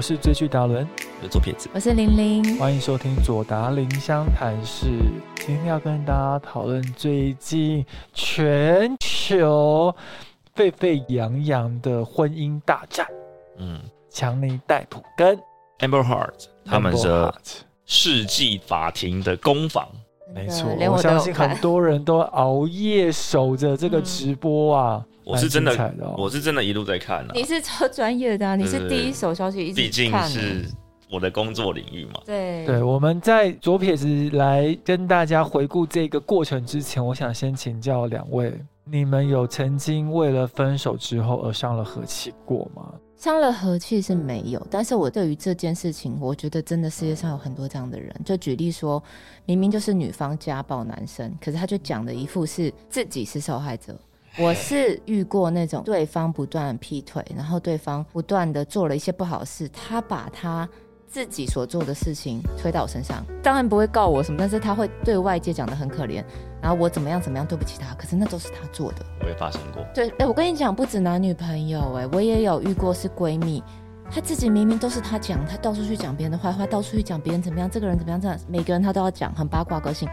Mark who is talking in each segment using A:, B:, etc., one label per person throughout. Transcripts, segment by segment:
A: 是追剧达伦，
B: 我是左撇子。
C: 我是玲玲，
A: 欢迎收听左达林湘谈室。今天要跟大家讨论最近全球沸沸扬扬的婚姻大战
B: 嗯
A: ——强尼戴普跟
B: ，Amber Heard 他们
A: Amber
B: 是啊
A: Heard
B: 世纪法庭的攻防，
A: 没
C: 真
A: 错
C: 的连，我
A: 我
C: 都
A: 相
C: 有
A: 信
C: 看
A: 很多人都熬夜守着这个
C: 嗯
A: 直播啊。
B: 我是真
A: 蛮精彩
B: 的，
A: 的哦
B: 我是真的一路在看啊
C: 你，是超专业的、啊，你是
B: 对对
C: 第
B: 对
C: 一手消息一
B: 毕
C: 直
B: 竟
C: 看，欸
B: 是我的工作领域嘛。
C: 对
A: 对，我们在左撇子来跟大家回顾这个过程之前，我想先请教两位，你们有曾经为了分手之后而伤了和气过吗？
C: 伤了和气是没有，但是我对于这件事情，我觉得真的世界上有很多这样的人。就举例说，明明就是女方家暴男生，可是他就讲的一副是自己是受害者。我是遇过那种对方不断劈腿，然后对方不断的做了一些不好的事，他把他自己所做的事情推到我身上，当然不会告我什么，但是他会对外界讲的很可怜，然后我怎么样怎么样对不起他，可是那都是他做的。
B: 我也发生过，
C: 对，哎、我跟你讲，不止男女朋友、哎，我也有遇过是闺蜜，她自己明明都是她讲，她到处去讲别人的坏话，到处去讲别人怎么样，这个人怎么样，这样，每个人她都要讲，很八卦个性。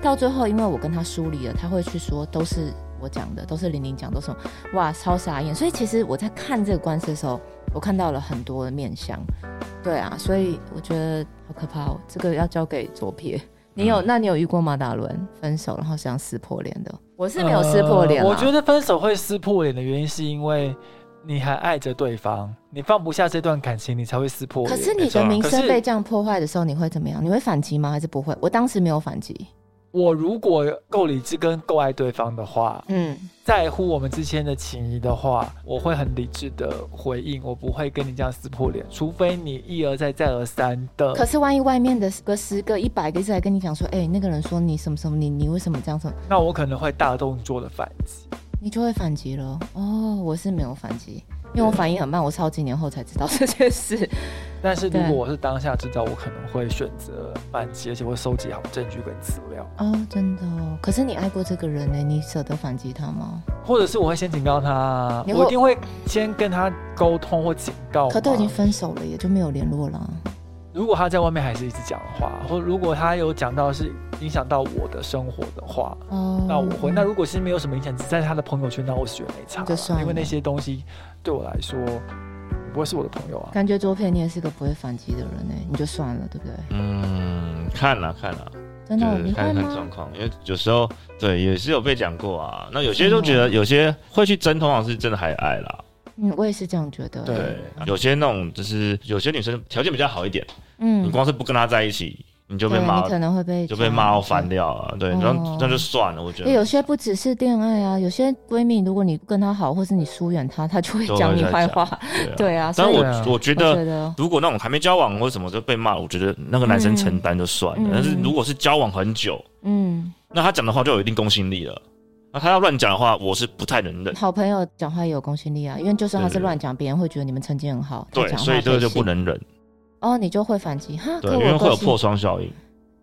C: 到最后，因为我跟她梳理了，她会去说都是我讲的，都是玲玲讲，都是我哇，超傻眼。所以其实我在看这个官司的时候，我看到了很多的面相。对啊，所以我觉得好可怕哦，这个要交给左撇。你有？
B: 嗯
C: 那你有遇过马达伦分手，然后想撕破脸的？我是没有撕破脸、啊
A: 呃我觉得分手会撕破脸的原因是因为你还爱着对方，你放不下这段感情，你才会撕破脸。
C: 可是你
B: 没错
C: 的
B: 啊
C: 名
A: 可
C: 声
A: 是
C: 被这样破坏的时候，你会怎么样？你会反击吗？还是不会？我当时没有反击。
A: 我如果够理智跟够爱对方的话，
C: 嗯，
A: 在乎我们之间的情谊的话，我会很理智的回应，我不会跟你这样撕破脸，除非你一而再再而三的。
C: 可是万一外面的个十个、一百个一直来跟你讲说，哎、那个人说你什么什么，你你为什么这样什么，
A: 那我可能会大动作的反击。
C: 你就会反击了。哦，我是没有反击，因为我反应很慢，我超几年后才知道这 件事。
A: 但是如果
C: 对
A: 我是当下知道，我可能会选择反击，而且会收集好证据跟资料，
C: 哦，真的哦。可是你爱过这个人呢、你舍得反击他吗？
A: 或者是我会先警告他，
C: 你会
A: 我一定会先跟他沟通或警告嘛。
C: 可都已经分手了，也就没有联络啦。
A: 如果他在外面还是一直讲的话，或如果他有讲到是影响到我的生活的话，
C: 哦，
A: 那我会。那如果是没有什么影响，只在他的朋友圈，那我是觉得没差啦，
C: 就算了
A: 因为那些东西对我来说不会是我的朋友啊。
C: 感觉左撇你也是个不会反击的人呢、你就算了，对不对？
B: 嗯，看了看了，
C: 真的哦，
B: 就是
C: 你会
B: 看看
C: 吗？
B: 状况，因为有时候对也是有被讲过啊。那有些都觉得有些会去争，通常是真的还爱啦。
C: 嗯，我也是这样觉得。
A: 对
B: 对，有些那种就是有些女生条件比较好一点，
C: 嗯
B: 你光是不跟她在一起，你就被
C: 对
B: 骂
C: 你可能会被
B: 就被骂到翻。掉了。对，
C: 哦
B: 然后那就算了，我觉
C: 因为有
B: 得。
C: 些不只是恋爱啊，有些闺蜜，如果你跟她好，或是你疏远她，她就会
B: 就会
C: 讲你
B: 在
C: 坏
B: 讲
C: 话。
B: 啊
C: 对啊，所
B: 但
C: 以
B: 我
A: 对啊
B: 我觉
C: 我
B: 得
C: 觉得
B: 如果那种还没交往或什么就被骂，我觉得那个男生承担就算了。
C: 嗯
B: 但是如果是交往很久，
C: 嗯，
B: 那他讲的话就有一定公信力了。那他要乱讲的话，我是不太能 忍。
C: 好朋友讲话也有公信力啊，因为就算他是乱讲，别人会觉得你们曾经很好。他
B: 对，
C: 讲话
B: 所以这个
C: 被
B: 就
C: 信
B: 不能忍。
C: 哦，你就会反击哈。
B: 对，
C: 可
B: 因
C: 我
B: 为会
C: 个
B: 有
C: 性
B: 破窗效应。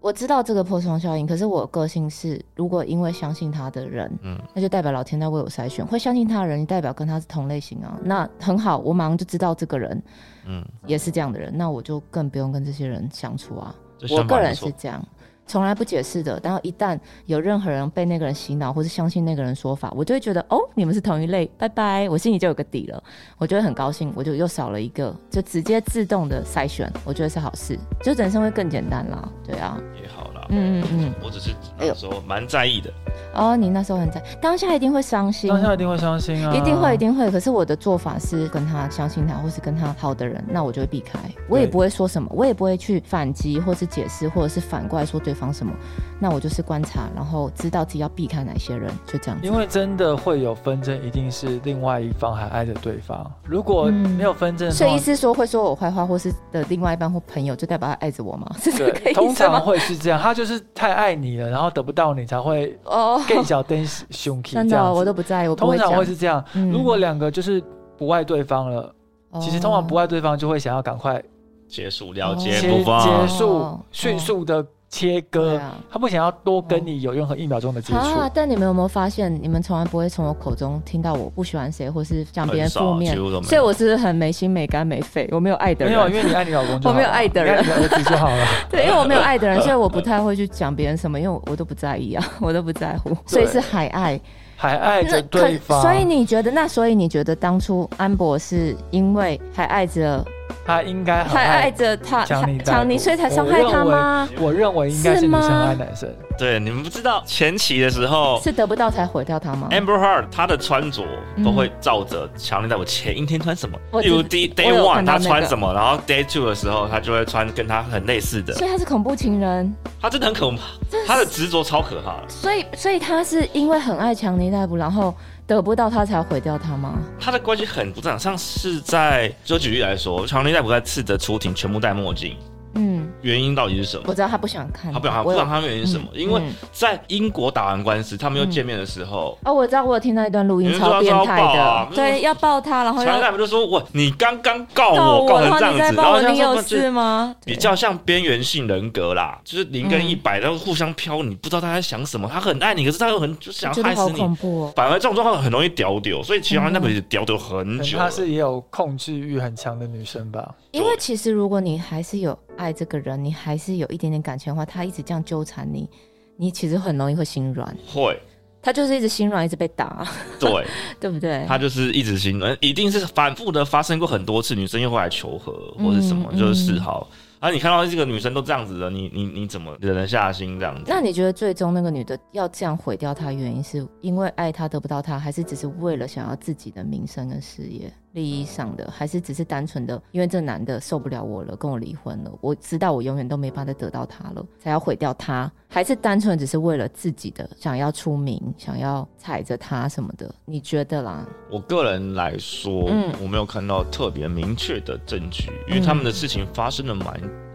C: 我知道这个破窗效应，可是我个性是，如果因为相信他的人，
B: 嗯
C: 那就代表老天在为我筛选；会相信他的人，代表跟他是同类型啊。那很好，我马上就知道这个人
B: 嗯，
C: 也是这样的人，那我就更不用跟这些人相处啊。
B: 这想
C: 我
B: 法
C: 个
B: 不
C: 人
B: 错
C: 是这样，从来不解释的。然后一旦有任何人被那个人洗脑，或是相信那个人说法，我就会觉得哦，你们是同一类，拜拜，我心里就有个底了，我就会很高兴，我就又少了一个，就直接自动的筛选，我觉得是好事，就人生会更简单啦。对啊，
B: 也好啦。
C: 嗯嗯
B: 我只是那时候蛮在意的，
C: 嗯，哦，你那时候很在当下一定会伤心，
A: 当下一定会伤心啊，
C: 一定会，一。定会。可是我的做法是跟他相信他，或是跟他好的人，那我就会避开，我也不会说什么，我也不会去反击，或是解释，或者是反过来说对方什么。那我就是观察，然后知道自己要避开哪些人，就这样子。
A: 因为真的会有纷争，一定是另外一方还爱着对方。如果
C: 嗯
A: 没有纷争的
C: 所以
A: 话
C: 意，思说会说我坏话，或是的另外一半或朋友，就代表他爱着我吗？是这个
A: 对，
C: 意
A: 通
C: 思
A: 常
C: 吗？
A: 会是这样。他就是太爱你了，然后得不到你才会
C: 哦，
A: 更小灯胸气
C: 真
A: 这
C: 的哦，
A: 样
C: 我
A: 子。
C: 都不在意，我不
A: 通
C: 会
A: 常
C: 讲
A: 会。是这样。
C: 嗯
A: 如果两个就是不爱对方了，其实通常不
C: 会
A: 爱对方就会想要赶快
B: 结束了
C: 结
B: 结
A: 结
B: 哦不
C: 哦
B: 放
A: 结束
C: 哦，
A: 迅速的切割，
C: 对啊
A: 他不想要多跟你有任何一秒钟的接触。
C: 啊！但你们有没有发现，你们从来不会从我口中听到我不喜欢谁，或是讲别人
B: 很少
C: 负面
B: 几乎都没有，
C: 所以我是不是很没心没肝没肺，我没有爱的
A: 没有，啊因
C: 人。
A: 为你爱你老公就好了，
C: 我没有爱的人
A: 你爱你的儿子就好了。
C: 对，因为我没有爱 的人，所以我不太会去讲别人什么，因为我我都不在意啊， 我都不在乎，所以是海爱。
A: 还爱着
C: 那
A: 对方，
C: 所以你觉得，那所以你觉得当初安博是因为还爱着，
A: 他应该很
C: 还爱
A: 爱
C: 着他，
A: 强尼戴普
C: 强尼，所以才伤害他吗？
A: 我认为嗯应该是
C: 是
A: 女
C: 吗
A: 生爱男生，
B: 对，你们不知道前期的时候
C: 是得不到才毁掉他吗？
B: ，Amber Heard 她的穿着都
C: 嗯
B: 会照着强烈在我前一天穿什么，
C: 我
B: 例如
C: 知
B: Day
C: 我
B: Day
C: 有
B: One
C: 看到
B: 她
C: 那
B: 穿
C: 个
B: 什么，然后 Day Two 的时候她就会穿跟她很类似的，
C: 所以他是恐怖情人，
B: 她真的很可怕，她的执着超可怕的，
C: 所以所以他是因为很爱强尼戴普，然后得不到他才毁掉他吗？
B: 她的关系很不正常，像是在就举例来说，强烈在不在次的出庭全部戴墨镜，
C: 嗯，
B: 原因到底是什么？
C: 我知道他不想看，
B: 他不想他不
C: 我
B: 知
C: 有
B: 道他原因是什么，因为
C: 嗯
B: 在英国打完官司，他们又见面的时候，
C: 哦，我知道，我有听到一段录音
B: 有，人说
C: 超变态
B: 他
C: 的，
B: 要抱啊
C: 对，要抱他，然后
B: 强
C: 要
B: 烈在不就说我你刚刚告
C: 抱
B: 我告
C: 然
B: 成
C: 后
B: 这样
C: 你再
B: 子，然
C: 抱
B: 后
C: 嗯我，
B: 像
C: 你有
B: 说就
C: 事吗？
B: 比
C: 对
B: 较像边缘性人格啦，就是零跟
C: 嗯
B: 一百，然后互相飘，你不知道他在想什么，他很爱你，可是他又很就想
C: 我觉
B: 要
C: 得
B: 害
C: 好
B: 死你
C: 恐。怖哦。
B: 反而这种状况很容易屌丢，所以其实那本也屌丢很
A: 可能
B: 久
A: 她
B: 了。
A: 是也有控制欲很强的女生吧。
C: 因为其实如果你还是有爱这个人，你还是有一点点感情的话，他一直这样纠缠你，你其实很容易会心软。
B: 会，
C: 他就是一直心软，一直被打，
B: 对，
C: 对不对？
B: 他就是一直心软，一定是反复的发生过很多次，女生又会来求和或者什么，
C: 嗯
B: 就是示好。啊，你看到这个女生都这样子了，你你你怎么忍得下心这样子？
C: 那你觉得最终那个女的要这样毁掉他，原因是因为爱他得不到他，还是只是为了想要自己的名声跟事业利益上的，还是只是单纯的因为这男的受不了我了，跟我离婚了，我知道我永远都没办法再得到他了，才要毁掉他，还是单纯只是为了自己的想要出名，想要踩着他什么的？你觉得啦？
B: 我个人来说，
C: 嗯
B: 我没有看到特别明确的证据，因为
C: 嗯
B: 他们的事情发生的蛮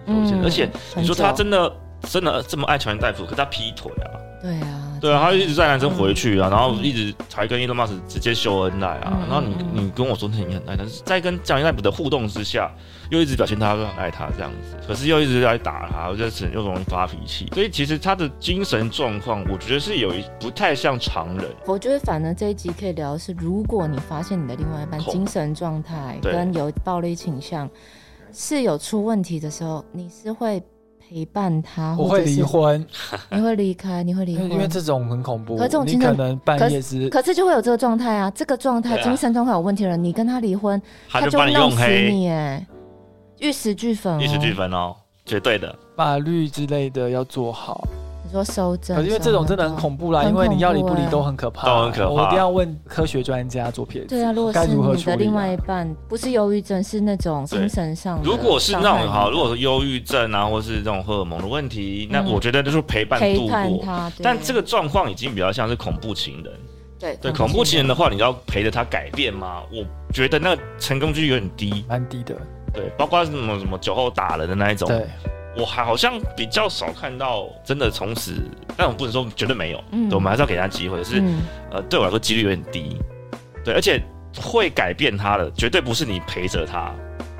B: 有限的，
C: 嗯
B: 而且你说他
C: 很久
B: 真的真的这么爱乔恩戴夫，可他劈腿啊，
C: 对啊，
B: 对啊，他就一直带男生回去啊，然后一直才跟伊隆马斯直接秀恩爱啊，
C: 嗯
B: 然后你你跟我说你很爱，但是在跟乔恩戴夫的互动之下，又一直表现他很爱他这样子，可是又一直在打他，我就是又容易发脾气，所以其实他的精神状况，我觉得是有一不太像常人。
C: 我觉得反正这一集可以聊的是，如果你发现你的另外一半
B: 恐
C: 精神状态
B: 对
C: 跟有暴力倾向是有出问题的时候，你是会陪伴他，
A: 哦我
C: 或
A: 会
C: 者
A: 离
C: 是
A: 婚，
C: 你会离开，你会离
A: 因为
C: 婚。
A: 这种很恐怖
C: 可是这，种
A: 你
C: 精
A: 可
C: 神
A: 能半
C: 可是
A: 夜是
C: 可是就会有这个状态啊，这个状态、
B: 对啊
C: 精神状态有问题的人，你跟他离婚，
B: 他就
C: 就
B: 把
C: 会
B: 你
C: 弄
B: 用
C: 死
B: 黑，
C: 你哎，玉石俱焚、哦，
B: 玉石俱。焚哦，绝对的。
A: 法律之类的要做好。
C: 你说收证，
A: 可是因为这种真的很
C: 怖。
A: 恐怖啦，
C: 很
A: 因为你要理不
C: 恐怖
A: 理
C: 欸
A: 都很可怕，
B: 都很可怕
A: 我一定要问科学专家做撇子。
C: 对啊，如果
A: 该
C: 是
A: 如何
C: 你
A: 处
C: 的
A: 理
C: 另
A: 啊
C: 外一半不是忧郁症，是那种
B: 对
C: 精神上的
B: 如果是
C: 伤
B: 那
C: 害
B: 种
C: 你
B: 好，
C: 的
B: 如果是忧郁症啊，或是这种荷尔蒙的问题，那
C: 嗯
B: 我觉得就是陪伴
C: 陪
B: 度
C: 伴
B: 过。
C: 他，对
B: 但这个状况已经比较像是恐怖情人，
C: 对
B: 对恐怖情人的话，你要陪着他改变吗？我觉得那个成功率有点低，
A: 蛮低的，
B: 对，包括什么什么酒后打人的那一种，
A: 对，
B: 我还好像比较少看到真的从此，但我不能说绝对没有，
C: 嗯
B: 对，我们还是要给他机会，可是、
C: 嗯
B: 呃，对我来说几率有点低，对，而且会改变他的绝对不是你陪着他，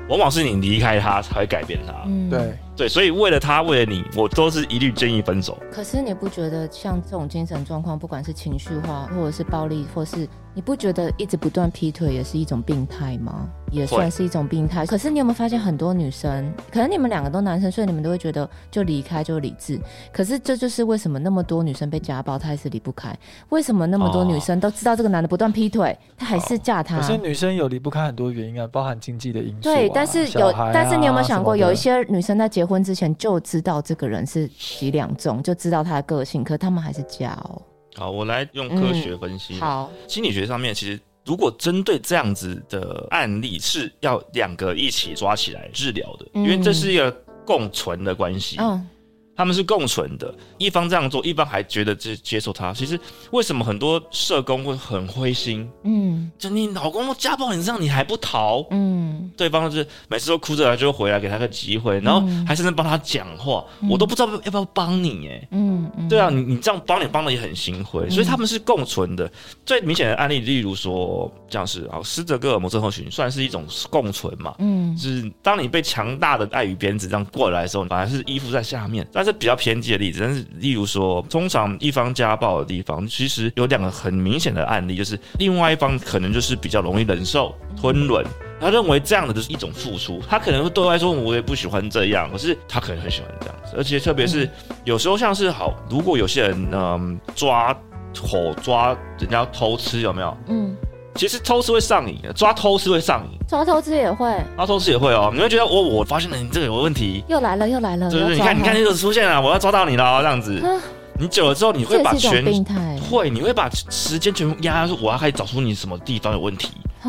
B: 往往是你离开他才会改变他，
C: 嗯
A: 对。
B: 啊对，所以为了他，为了你，我都是一律建议分手。
C: 可是你不觉得像这种精神状况，不管是情绪化，或者是暴力，或是你不觉得一直不断劈腿也是一种病态吗？也算是一种病态。可是你有没有发现很多女生，可能你们两个都男生，所以你们都会觉得就离开就理智。可是这就是为什么那么多女生被家暴，她还是离不开。为什么那么多
B: 哦
C: 女生都知道这个男的不断劈腿，她还是嫁他？
A: 可是女生有离不开很多原因啊，包含经济的因素啊、
C: 对，但是
A: 小
C: 有，
A: 孩啊
C: 但是你有没有想过，
A: 什么的
C: 有一些女生在结婚之前就知道这个人是几两重，就知道他的个性，可他们还是嫁哦。
B: 好，我来用科学分析。
C: 嗯好，
B: 心理学上面其实。如果针对这样子的案例，是要两个一起抓起来治疗的，
C: 嗯
B: 因为这是一个共存的关系，
C: 嗯，
B: 他们是共存的。一方这样做，一方还觉得接接受他。其实为什么很多社工会很灰心？
C: 嗯
B: 就你老公都家暴你这样，你还不逃？
C: 嗯，
B: 对方就是每次都哭
C: 嗯
B: 着来，就回来给他个机会，然后还甚至帮他讲话，我都不知道要不要帮你哎、
C: 嗯嗯嗯，
B: 对啊，你你这样帮你帮的也很心灰，所以他们是共存的。最明显的案例，例如说像是啊，斯德哥尔摩症候群算是一种共存嘛，
C: 嗯
B: 就是当你被强大的爱与鞭子这样过来的时候，你反而是依附在下面。但是比较偏激的例子，但是例如说，通常一方家暴的地方，其实有两个很明显的案例，就是另外一方可能就是比较容易忍受吞忍。他认为这样的就是一种付出，他可能会对外说我也不喜欢这样，可是他可能很喜欢这样子，而且特别是有时候像是好，如果有些人嗯抓口抓人家偷吃有没有？
C: 嗯，
B: 其实偷吃会上瘾的，抓偷吃会上瘾。
C: 抓偷吃也会，
B: 他偷吃也会哦，你会觉得我我发现了你这个有问题，
C: 又来了又来了，
B: 对不对？
C: 又
B: 你
C: 嗯抓
B: 看你看
C: 他
B: 这个出现了，我要抓到你了哦，这样子。
C: 啊
B: 你久了之后，你
C: 这
B: 会
C: 也
B: 把
C: 是一种
B: 全
C: 病态
B: 会，你会把时间全部压住，我要开始找出你什么地方有问题，
C: 啊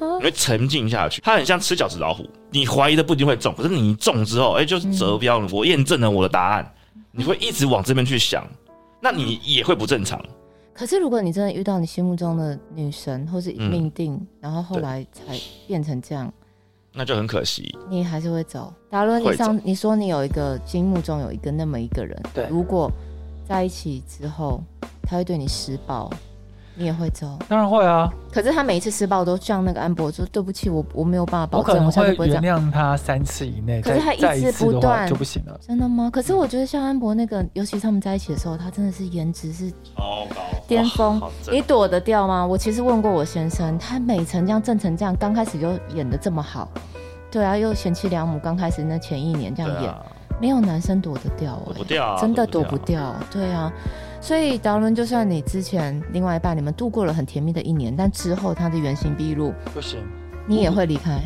C: 啊
B: 你！会沉浸下去。它很像吃饺子老虎，你怀疑的不一定会中，可是你一中之后，哎，就是折标
C: 嗯
B: 了，我验证了我的答案，你会一直往这边去想，那你也会不正常。
C: 可是如果你真的遇到你心目中的女神或是
B: 嗯
C: 命定，然后后来才变成这样，
B: 那就很可惜，
C: 你还是会走。假如你
B: 会
C: 上你说你有一个心目中有一个那么一个人，
A: 对
C: 如果在一起之后他会对你施暴，你也会走。
A: 当然会啊，
C: 可是他每一次施暴都向那个安博说：“对不起，我我没有办法
A: 我
C: 保
A: 可
C: 证，
A: 能
C: 我下次
A: 会
C: 不会这
A: 原
C: 样。
A: 谅他三次以内，
C: 可是
A: 再
C: 他一
A: 再
C: 直
A: 一次
C: 不
A: 的话
C: 断
A: 就不行了”。
C: 真的吗？可是我觉得像安博那个，尤其他们在一起的时候，他真的是颜值是
B: 超高
C: 巅峰哎
B: 好真的啊
C: 你躲得掉吗？我其实问过我先生，他美成这样、正成这样，刚开始就演的这么好，对啊，又贤妻良母，刚开始那前一年这样
B: 对
C: 演，
B: 啊，
C: 没有男生躲得掉、
B: 躲
C: 欸，
B: 不掉啊
C: 真的
B: 躲
C: 躲
B: 不
C: 不
B: 掉
C: 掉，对啊。所以达伦，就算你之前另外一半你们度过了很甜蜜的一年，但之后他的原形毕露，
A: 不行，
C: 你也会离开。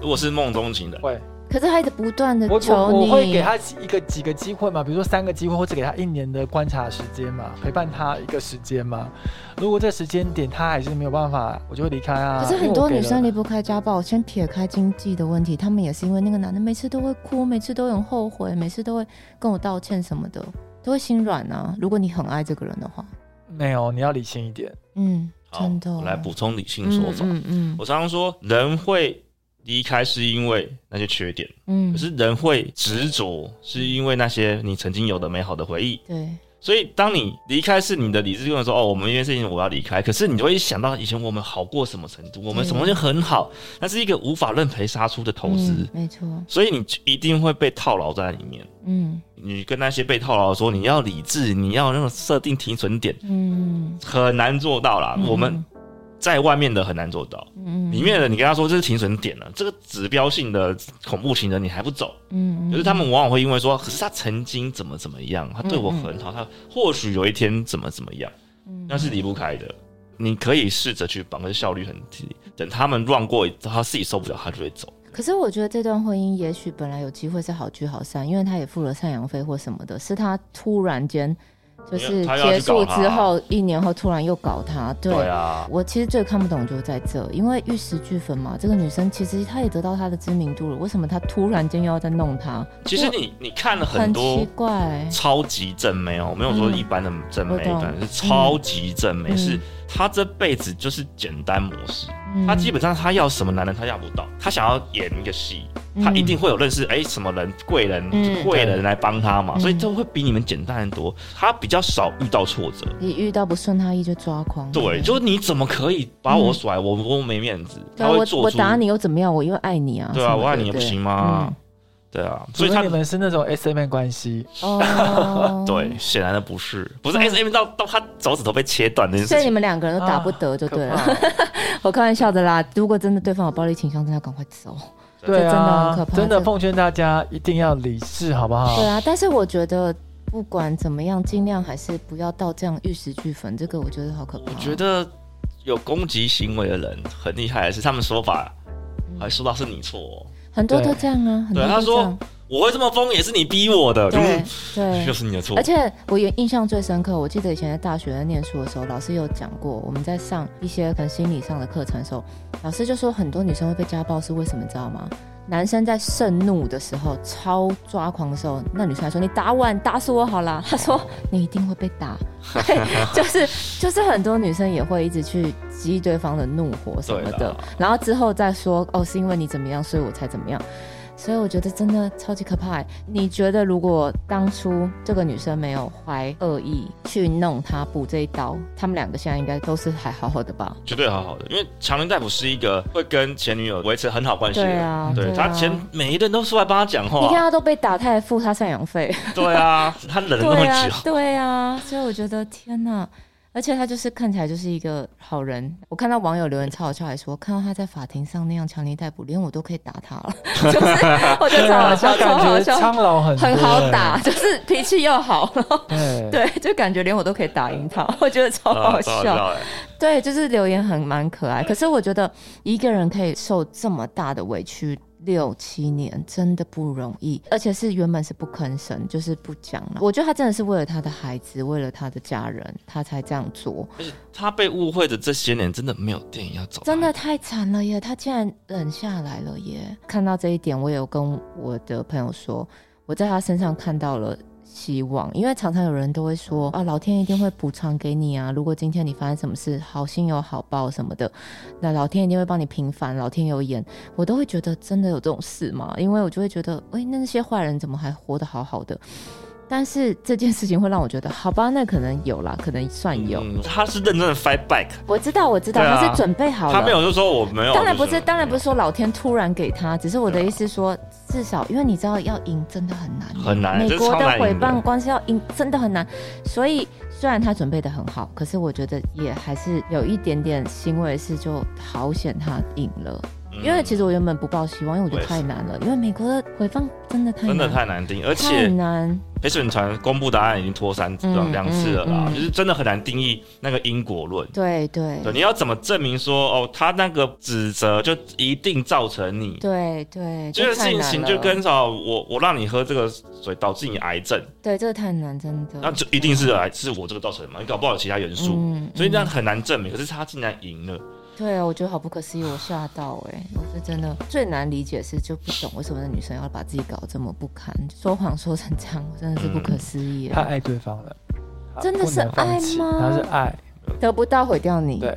B: 如果是梦中情人，
A: 会
C: 可是他一直不断的
A: 我
C: 嗯求
A: 我
C: 你，
A: 我会给他一个几个机会嘛，比如说三个机会，或者给他一年的观察时间嘛，陪伴他一个时间嘛。如果这时间点他还是没有办法，我就会离开啊。
C: 可是
A: 因为
C: 很
A: 我
C: 多
A: 给
C: 女
A: 了
C: 生离不开家暴，先撇开经济的问题，她们也是因为那个男的每次都会哭，每次都很后悔，每次都会跟我道歉什么的，都会心软啊。如果你很爱这个人的话，
A: 没有，你要理性一点。
C: 嗯，
B: 好
C: 真的，
B: 我来补充理性
C: 嗯
B: 说法。
C: 嗯嗯
B: 我常常说，人会离开是因为那些缺点，
C: 嗯，
B: 可是人会执着是因为那些你曾经有的美好的回忆。
C: 对，
B: 所以，当你离开，是你的理智跟你说：“哦，我们因为事情我要离开。”可是你就会想到以前我们好过什么程
C: 嗯
B: 度，我们什么东西很好，那是一个无法认赔杀出的投资，
C: 嗯没错，
B: 所以你一定会被套牢在里面。
C: 嗯
B: 你跟那些被套牢的说，你要理智，你要那种设定停损点，
C: 嗯，
B: 很难做到啦。啊我们在外面的很难做到。
C: 嗯
B: 里面的你跟他说这是停损点了，这个指标性的恐怖情人你还不走，
C: 嗯嗯
B: 就是他们往往会因为说，可是他曾经怎么怎么样，他对我很
C: 嗯
B: 好，他或许有一天怎么怎么样，那是离不开的。你可以试着去绑，可是效率很低。等他们乱过，他自己受不了，他就会走。
C: 可是我觉得这段婚姻也许本来有机会是好聚好散，因为他也付了赡养费或什么的，是他突然间就是
B: 他要去
C: 结束
B: 搞他
C: 之后一年后突然又搞他，对。
B: 对啊，
C: 我其实最看不懂就是在这，因为玉石俱焚嘛。这个女生其实她也得到她的知名度了，为什么她突然间又要再弄她？
B: 其实你你看了
C: 我
B: 很
C: 很
B: 多
C: 奇怪，
B: 超级正妹哦，没有说一般的正妹，
C: 我懂
B: 反正是超级正妹，
C: 嗯
B: 是她这辈子就是简单模式，
C: 嗯
B: 她基本上她要什么男人她要不到，她想要演一个戏，
C: 嗯
B: 她一定会有认识哎、什么人贵人
C: 嗯
B: 贵人来帮她嘛，
C: 嗯
B: 所以这会比你们简单很多，她比较少遇到挫折。
C: 一遇到不顺她意就抓狂。
B: 对，就是你怎么可以把我甩？我我没面子，
C: 对
B: 她
C: 啊
B: 会
C: 我
B: 做
C: 我
B: 出
C: 打你又怎么样？我又爱你啊。
B: 对啊，
C: 什么的
B: 我爱你也不行吗？？对啊，所
A: 所
B: 以
A: 以
B: 她，
A: 你们是那种 S M 关系，
C: 对哦
B: 对，显然的不是，不是
C: 嗯
B: S M 到到她手指头被切断这件事
C: 所以
B: 情
C: 你。们两个人都打不得就对了。
A: 啊可怕
C: 我开玩笑的啦，如果真的对方有暴力倾向，真的要赶快走。
A: 对啊
C: 这真的很可，怕
A: 真的
C: 这
A: 奉劝大家一定要理智，好不好？
C: 对啊，但是我觉得不管怎么样，尽量还是不要到这样玉石俱焚，这个我觉得好可怕。
B: 我觉得有攻击行为的人很厉害的是，他们说法
C: 嗯
B: 还说到是你错哦、
C: 很多
A: 对
C: 都这样啊，很多
B: 对，他
C: 都这
B: 说
C: 样。
B: 我会这么疯也是你逼我的，
C: 对
B: 嗯就
C: 对。
B: 是你的错
C: 而。且我也印象最深刻，我记得以前在大学念书的时候，老师有讲过，我们在上一些可能心理上的课程的时候，老师就说很多女生会被家暴是为什么，你知道吗？男生在盛怒的时候、超抓狂的时候，那女生还说：“你打我，你打死我好啦。”他说：“你一定会被打。” 就是就是很多女生也会一直去激对方的怒火什么
B: 对
C: 的
B: 啦，
C: 然后之后再说哦，是因为你怎么样，所以我才怎么样。所以我觉得真的超级可怕欸。你觉得如果当初这个女生没有怀恶意去弄他补这一刀，他们两个现在应该都是还好好的吧？
B: 绝对好好的，因为强林大夫是一个会跟前女友维持很好关系的
C: 对
B: 人。
C: 啊，
B: 对
C: 啊
B: 他前每一个人都出来帮他讲
C: 你看
B: 话，
C: 他都被打，他还付他赡养费。
B: 对啊，他忍了那
C: 对
B: 么
C: 啊
B: 久，，
C: 对啊，所以我觉得天哪！而且他就是看起来就是一个好人。我看到网友留言超好笑，还说看到他在法庭上那样强力逮捕，连我都可以打他了，就是我觉得啊超好笑，
A: 啊他
C: 超好
A: 感觉
C: 笑，
A: 苍老很多
C: 很好打，，就是脾气又好，然后
A: 对，
C: 对，就感觉连我都可以打赢他，我觉得超好
B: 超
C: 笑。
B: 哎
C: 对，就是留言很蛮可爱。可是我觉得一个人可以受这么大的委屈六七年，真的不容易，而且是原本是不吭声，就是不讲了。我觉得他真的是为了他的孩子，为了他的家人，他才这样做，
B: 而且他被误会的这些年，真的没有电影要找他，
C: 真的太惨了耶！他竟然忍下来了耶！看到这一点，我也有跟我的朋友说，我在他身上看到了。希望，因为常常有人都会说啊，老天一定会补偿给你啊。如果今天你发生什么事，好心有好报什么的，那老天一定会帮你平反，老天有眼，我都会觉得真的有这种事吗？因为我就会觉得，哎、那那些坏人怎么还活得好好的？但是这件事情会让我觉得，好吧，那可能有啦，可能算有。
B: 嗯，他是认真的 fight back，
C: 我知道，我知道，
B: 对啊
C: 他是准备好了。
B: 他没有就说我没有，
C: 当然不，
B: 哦就是
C: 当然不是说老天突然给他，只是我的意思说，至少因为你知道要赢真的很难，
B: 很难
C: 美
B: 这
C: 国
B: 超
C: 的
B: 难赢
C: 毁
B: 的
C: 谤官司要赢真的很难，所以虽然他准备的很好，可是我觉得也还是有一点点欣慰，是就好险他赢了，
B: 嗯
C: 因为其实我原本不抱希望，因为我
B: 我
C: 觉得
B: 也是
C: 太难了，因为美国的毁谤真的太
B: 真
C: 难，
B: 的太难定，而
C: 太
B: 且
C: 难，
B: 陪审团公布答案已经拖三次
C: 嗯
B: 两次了啦，
C: 嗯嗯
B: 就是真的很难定义那个因果论。
C: 对对
B: 对，你要怎么证明说哦，他那个指责就一定造成你？
C: 对对，
B: 这个
C: 太
B: 事
C: 难
B: 情
C: 了
B: 就跟哦，我我让你喝这个水导致你癌症，
C: 对这个太难，真的，
B: 那就一定是癌是我这个造成的嘛？你搞不好有其他元素，
C: 嗯
B: 所以这样
C: 嗯
B: 很难证明。可是他竟然赢了，
C: 对啊，我觉得好不可思议，我吓到哎、我是真的最难理解是就不懂为什么那女生要把自己搞这么不堪，说谎说成这样，我真的是不可思议、
A: 他
C: 欸，
A: 爱对方了，他
C: 真的
A: 不
C: 是
A: 能放弃
C: 爱吗
A: 他是爱，
C: 得不到毁掉你，
A: 对，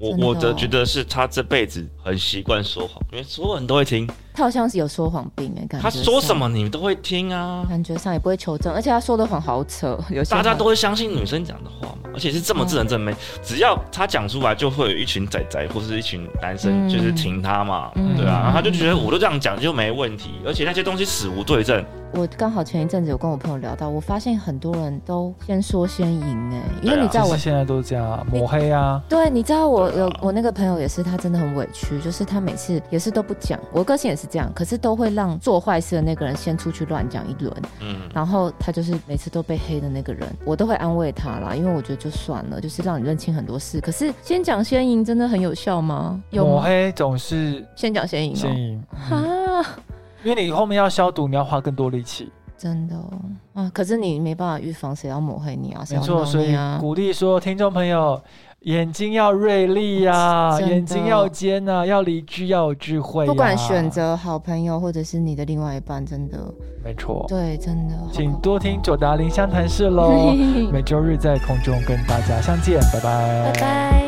B: 我
C: 真的哦
B: 我的觉得是他这辈子很习惯说谎，因为所有人都会听，
C: 他好像是有说谎病哎、感
B: 他
C: 觉
B: 说什
C: 上，
B: 么你都会听啊，
C: 感觉上也不会求证，而且他说的谎好扯，有些
B: 大家
C: 谎
B: 都会相信女生讲的话嘛，而且是这么自
C: 嗯
B: 然正面，只要他讲出来，就会有一群仔仔或是一群男生
C: 嗯
B: 就是挺他嘛，
C: 嗯
B: 对啊，然后他就
C: 嗯
B: 觉得我都这样讲就没问题，而且那些东西死无对证，
C: 我刚好前一阵子有跟我朋友聊到，我发现很多人都先说先赢哎、因
B: 对
C: 为
B: 啊
C: 你知道
A: 就
C: 我
A: 是现在都这样啊，抹黑啊，
C: 对，你知道我
B: 对啊
C: 有我那个朋友也是，他真的很委屈，就是他每次也是都不讲。我个性也是这样，可是都会让做坏事的那个人先出去乱讲一轮，
B: 嗯，
C: 然后他就是每次都被黑的那个人，我都会安慰他啦，因为我觉得就算了，就是让你认清很多事。可是先讲先赢真的很有效吗？有
A: 抹
C: 吗？
A: 黑总是
C: 先讲先赢
A: 嗯先赢，
C: 哦、
A: 嗯
C: 啊，
A: 因为你后面要消毒，你要花更多力气。
C: 真的、哦、啊，可是你没办法预防谁要抹黑你啊，谁
A: 没
C: 要
A: 错，所
C: 弄
A: 以
C: 你啊。
A: 鼓励说，听众朋友，眼睛要锐利呀、
C: 真的
A: 眼睛要尖呐、要理智，要有智慧、呀啊
C: 不管选，择好朋友或者是你的另外一半，真的
A: 没错，
C: 对，真的好
A: 请
C: 可
A: 多听 九达林湘谈室喽，每周日在空中跟大家相见，拜拜，
C: 拜拜。